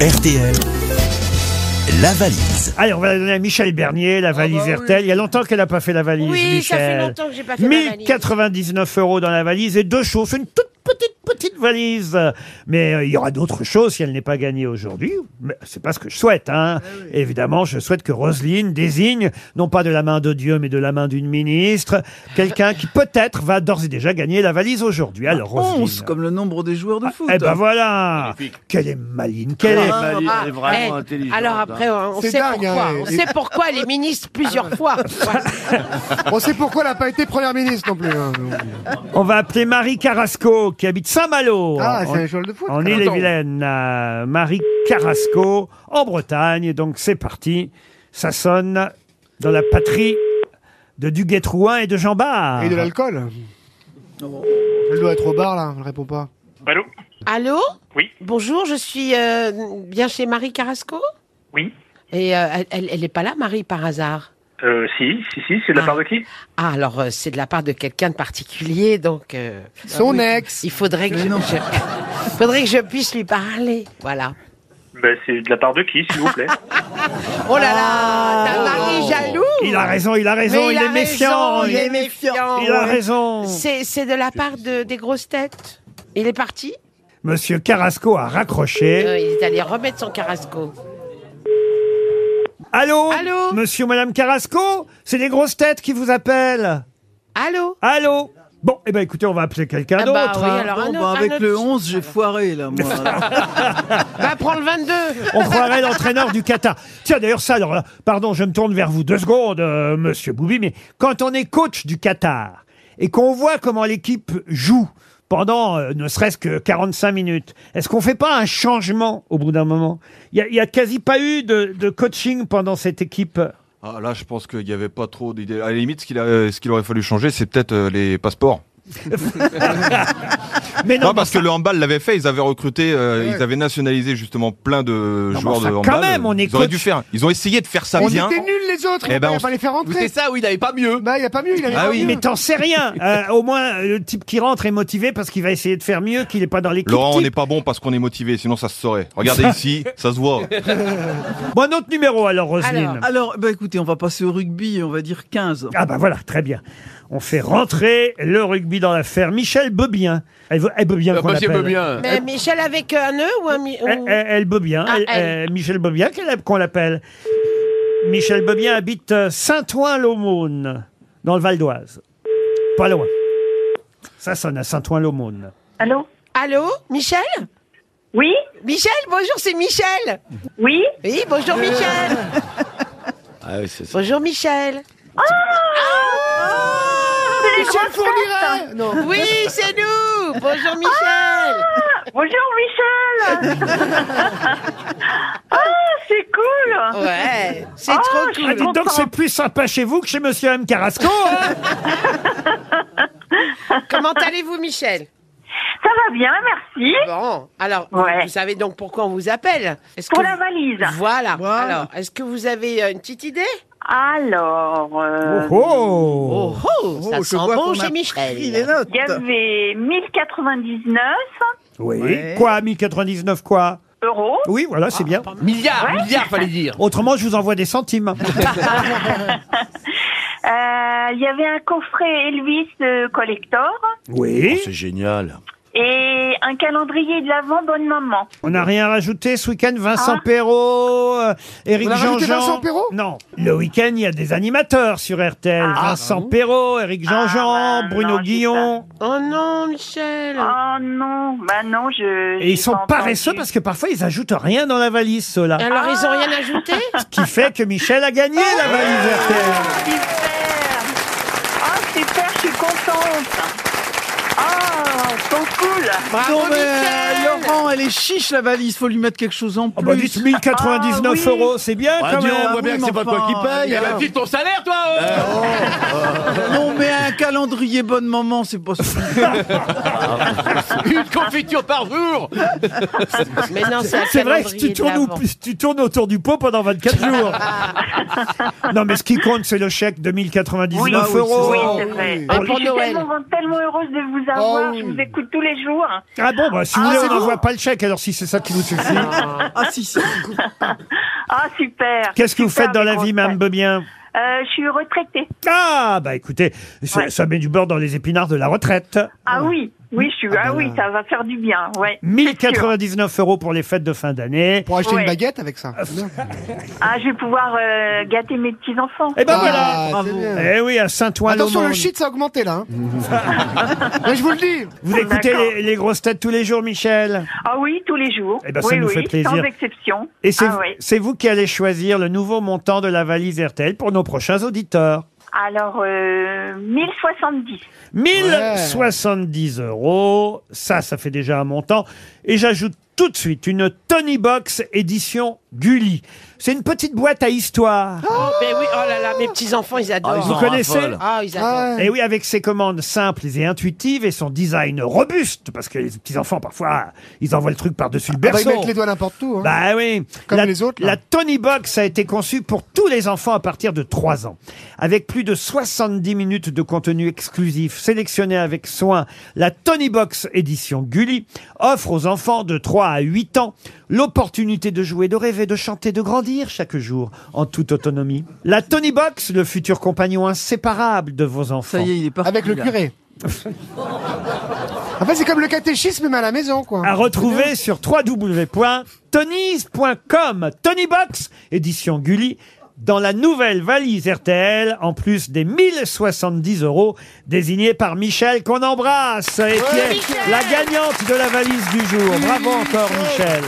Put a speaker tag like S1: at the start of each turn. S1: RTL, la valise.
S2: Allez, on va la donner à Michel Bernier, la valise
S3: bah oui.
S2: RTL. Il y a longtemps qu'elle n'a pas fait la valise,
S3: Oui, ça
S2: Michel.
S3: fait longtemps que j'ai pas fait ma valise.
S2: 1099 euros dans la valise et deux choses. Une toute petite, petite valise. Mais euh, il y aura d'autres choses si elle n'est pas gagnée aujourd'hui. Mais c'est pas ce que je souhaite,
S3: Ah
S2: hein. Évidemment, je souhaite que Roselyne désigne, non pas de la main de Dieu, mais de la main d'une ministre, quelqu'un qui peut-être va d'ores et déjà gagner la valise aujourd'hui. Alors,
S3: Bah,
S2: Roselyne.
S4: 11, comme le nombre des joueurs de foot. hein.
S2: eh
S3: hein.
S2: ben voilà Quelle est maligne, quelle est...
S3: Ah,
S4: Maline,
S3: ah,
S4: elle est vraiment
S3: eh,
S4: intelligente,
S3: Alors
S4: hein.
S3: après, on on
S5: C'est
S3: sait
S5: dingue,
S3: pourquoi.
S5: hein,
S3: on
S5: et-
S3: sait pourquoi les ministres
S2: Ah,
S3: plusieurs fois. Voilà.
S5: On sait pourquoi elle n'a pas été première ministre non plus. hein.
S2: On va appeler Marie Carrasco, qui habite Saint-Malo.
S5: Ah,
S2: en-
S5: c'est un joueur de foot.
S2: En
S5: quand même.
S2: Ille-et-Vilaine, à euh, Marie Carrasco, en Bretagne. Donc c'est parti. Ça sonne dans la patrie de Duguay-Trouin et de Jean Bart.
S5: Et de l'alcool. Elle doit être au bar là, elle répond pas.
S6: Allô
S3: Allô
S6: Oui.
S3: Bonjour, je suis euh, bien chez Marie Carrasco
S6: Oui.
S3: Et euh, elle- elle n'est pas là, Marie, par hasard
S6: Euh, si, si, si, c'est de la
S3: Ah.
S6: part de qui
S3: Ah, alors euh, c'est de la part de quelqu'un de particulier, donc euh,
S7: Ah
S5: Son ex
S3: il faudrait que, je, je- faudrait que je puisse lui parler. Voilà.
S6: ben, C'est de la part de qui, s'il vous plaît
S3: Oh là là, t'as Marie jaloux
S2: Ah. Oh. Il a raison, il a raison,
S3: Mais
S2: il,
S3: il
S2: est
S3: a
S2: méfiant.
S3: raison, il est
S2: il-
S3: méfiant,
S2: il a
S3: ouais.
S2: raison.
S3: C'est c'est de la part de, des grosses têtes. Il est parti
S2: Monsieur Carrasco a raccroché.
S3: Euh, Il est allé remettre son carrasco.
S2: Allô,
S3: Allô
S2: Monsieur, Madame Carrasco, c'est les grosses têtes qui vous appellent.
S3: Allô
S2: Allô Bon, eh ben écoutez, on va appeler quelqu'un
S3: Ah bah
S2: d'autre.
S3: oui,
S2: hein.
S3: alors
S4: Bon,
S3: un
S4: bah,
S3: autre- un
S4: avec
S3: autre-
S4: le 11, j'ai foiré là, moi. alors.
S3: Bah prends le 22
S2: On croirait l'entraîneur du Qatar. Tiens, d'ailleurs, ça, alors là, pardon, je me tourne vers vous deux secondes, euh, monsieur Boubi, mais quand on est coach du Qatar et qu'on voit comment l'équipe joue pendant euh, ne serait-ce que 45 minutes, est-ce qu'on fait pas un changement au bout d'un moment Il y a- il y a, quasi pas eu de, de coaching pendant cette équipe.
S7: Ah, là, je pense qu'il n'y avait pas trop d'idées. À la limite, ce qu'il a- euh, ce qu'il aurait fallu changer, c'est peut-être euh, les passeports.
S2: Mais
S7: Non,
S2: mais
S7: parce que le handball l'avait fait. Ils avaient recruté, euh, ils avaient nationalisé justement plein de
S2: mais
S7: joueurs
S2: enfin,
S7: de
S2: quand
S7: handball.
S2: même, on est
S7: ils auraient
S2: coach.
S7: dû faire. Ils ont essayé de faire ça
S5: On
S7: bien.
S5: était nuls les autres,
S7: Eh
S5: il
S7: ben,
S5: fallait
S7: on
S5: pas les faire rentrer.
S4: C'est ça, oui, il n'avait pas mieux.
S5: Bah, il n'y a pas mieux, il avait
S7: Ah
S5: pas
S7: oui.
S5: mieux.
S2: Mais t'en sais rien. Euh, au moins, euh, le type qui rentre est motivé parce qu'il va essayer de faire mieux, qu'il n'est pas dans l'équipe.
S7: Laurent, on
S2: type.
S7: n'est pas bon parce qu'on est motivé, sinon ça se saurait. Regardez ici, ça se voit.
S2: Bon, un autre numéro alors, Roselyne.
S3: Alors,
S4: Alors, bah écoutez, on va passer au rugby, on va dire 15.
S2: Ah bah voilà, très bien. On fait rentrer le rugby dans l'affaire. Michel Bebien. Elle, veut- elle Bebien qu'on
S8: Monsieur
S2: l'appelle.
S8: Bebien.
S3: Mais Michel avec un nœud ou un... mi- ou-
S2: Elle, elle- elle Bebien.
S3: Ah,
S2: Elle-
S3: elle.
S2: elle- Michel Bebien qu'elle- qu'on l'appelle. Michel Bebien habite euh, Saint-Ouen-l'Aumône, dans le Val d'Oise. Pas loin. Ça sonne à Saint-Ouen-l'Aumône.
S3: Mmh.
S9: Allô
S3: Allô Michel
S9: Oui
S3: Michel, bonjour, c'est Michel
S9: Oui
S3: Oui, bonjour Michel Ah Bonjour Michel Ah
S5: Michel Fourniret Non.
S3: Oui, c'est nous Bonjour Michel
S9: Bonjour Michel Ah, c'est cool
S3: Ouais, c'est
S9: Ah,
S3: trop
S9: je
S2: Ah,
S9: suis
S3: cool
S2: dites donc,
S9: content.
S2: c'est plus sympa chez vous que chez Monsieur M. Carrasco. hein
S3: Comment allez-vous Michel
S9: Ça va bien, merci.
S3: Bon, alors,
S9: Ouais.
S3: vous savez donc pourquoi on vous appelle Est-ce
S9: Pour
S3: que
S9: la
S3: vous-
S9: valise.
S3: Voilà.
S4: Voilà.
S3: Alors, est-ce que vous avez euh, une petite idée
S9: Alors, euh,
S2: oh,
S3: Ah. Oh, oh, ça
S4: Oh, je
S3: sent
S4: vois
S3: bon
S4: qu'on a
S3: chez
S4: pris les
S3: Michel.
S4: notes.
S9: il y avait 1099
S2: Oui.
S4: Ouais.
S2: Quoi, 1099 quoi
S9: euros.
S2: Oui, voilà,
S3: Ah.
S2: c'est bien.
S8: Milliards, milliards, fallait dire.
S2: Autrement, je vous envoie des centimes.
S9: Euh, il y avait un coffret Elvis euh, Collector
S2: Oui.
S4: génial.
S9: et un calendrier de l'Avent Bonne Maman.
S2: On n'a rien rajouté ce week-end. Vincent
S9: Ah.
S2: Perrault, euh, Éric
S5: On a
S2: Jean-Jean.
S5: rajouté Vincent Perrault
S2: Non. Le week-end, il y a des animateurs sur RTL.
S9: Ah.
S2: Vincent Perrault, Éric Jean-Jean,
S9: Ah, bah,
S2: Bruno
S9: non, j'ai
S2: Guillon.
S3: Oh non, Michel.
S9: Oh non, bah non, je...
S2: Ah. Et ils sont paresseux parce
S9: que...
S2: que parfois, ils ajoutent rien dans la valise, ceux-là.
S3: Et Alors, ils ont rien ajouté
S2: Ce qui fait que Michel a gagné la valise RTL.
S9: Super Oh super, je suis contente Oh, trop cool
S3: Bravo,
S4: non, mais
S3: Michel
S4: euh, Laurent, elle est chiche la valise, faut lui mettre quelque chose en
S2: Oh,
S4: plus.
S2: bah, dites 1099
S9: Ah, oui.
S2: euros, c'est bien
S8: Ah,
S2: quand
S8: dis,
S2: même.
S8: on voit bien que c'est pas toi qui paye.
S4: Eh ben,
S8: file ton salaire, toi hein.
S4: non, mais un calendrier bonne maman, c'est pas
S8: Une confiture par jour
S3: Mais non, c'est un
S2: C'est vrai que si tu
S3: calendrier
S2: tournes,
S3: de
S2: au-
S3: l'Avent.
S2: si tu tournes autour du pot pendant 24 jours. non, mais ce qui compte, c'est le chèque de 1099
S4: Oui, bah oui,
S2: euros.
S4: c'est
S9: Oui,
S4: Oh,
S9: c'est vrai.
S3: Ah,
S9: Et puis,
S3: pour
S9: je suis
S3: Noël.
S9: tellement, tellement heureuse de vous avoir.
S5: Oh,
S9: Je
S5: oui.
S9: vous écoute j'écoute tous les jours.
S2: Ah bon, bah, si vous
S4: Ah,
S2: voulez,
S4: c'est
S2: on n'envoie
S4: vous
S2: pas le chèque, alors si c'est ça qui vous suffit.
S4: Ah si, si.
S9: Ah, super.
S2: Qu'est-ce que vous
S9: Super,
S2: faites dans la
S9: mes
S2: vie,
S9: grosses
S2: Mme Bebien
S9: têtes. Euh, Je suis retraitée.
S2: Ah, bah écoutez, ça,
S9: Ouais.
S2: ça met du beurre dans les épinards de la retraite.
S9: Ah oui, oui, je suis. Ah,
S2: ben,
S9: oui, ça va faire du bien. Ouais. c'est sûr.
S2: 1099 euros pour les fêtes de fin d'année.
S5: Pour acheter
S9: Ouais.
S5: une baguette avec ça.
S9: Ah, je vais pouvoir euh, gâter mes petits enfants.
S2: Et ben
S5: Ah,
S2: voilà
S5: c'est bien.
S2: Eh oui, à Saint-Ouen.
S5: Attention, le shit, ça a augmenté là. hein. Mais je vous le dis.
S2: Vous écoutez
S9: D'accord.
S2: les, les grosses têtes tous les jours, Michel.
S9: Ah oui, tous les jours.
S2: Eh ben, ça
S9: oui,
S2: nous
S9: oui,
S2: fait plaisir.
S9: sans exception.
S2: Et c'est
S9: ah, oui.
S2: c'est vous qui allez choisir le nouveau montant de la valise RTL pour nos prochains auditeurs.
S9: Alors, euh, 1070.
S2: 1070 euros, ça, ça fait déjà un montant. Et j'ajoute tout de suite une Tony Box édition Gulli. C'est une petite boîte à histoire.
S5: Ah.
S3: Oh, mais oui, oh là là, mes petits-enfants, ils adorent.
S2: Vous connaissez
S3: Ah, ils adorent.
S5: Ah ouais.
S2: Et oui, avec ses commandes simples et intuitives et son design robuste, parce que les petits-enfants, parfois, ils envoient le truc par-dessus le
S5: Ah bah,
S2: berceau.
S5: ils mettent les doigts n'importe où. hein.
S2: Bah oui.
S5: Comme
S2: la,
S5: les autres, là.
S2: La Tony Box a été conçue pour tous les enfants à partir de 3 ans. Avec plus de 70 minutes de contenu exclusif sélectionné avec soin, la Tony Box édition Gulli offre aux enfants de 3 à 8 ans l'opportunité de jouer, de rêver, de chanter, de grandir chaque jour en toute autonomie. La Tony Box, le futur compagnon inséparable de vos enfants.
S4: Ça y est, il est parti.
S5: Avec le
S4: là.
S5: curé. en fait, c'est comme le catéchisme, mais à la maison, quoi.
S2: à retrouver sur www.tonys.com. Tony Box, édition Gulli, dans la nouvelle valise RTL, en plus des 1070 euros désignés par Michel qu'on embrasse et qui est la gagnante de la valise du jour. Bravo encore Michel.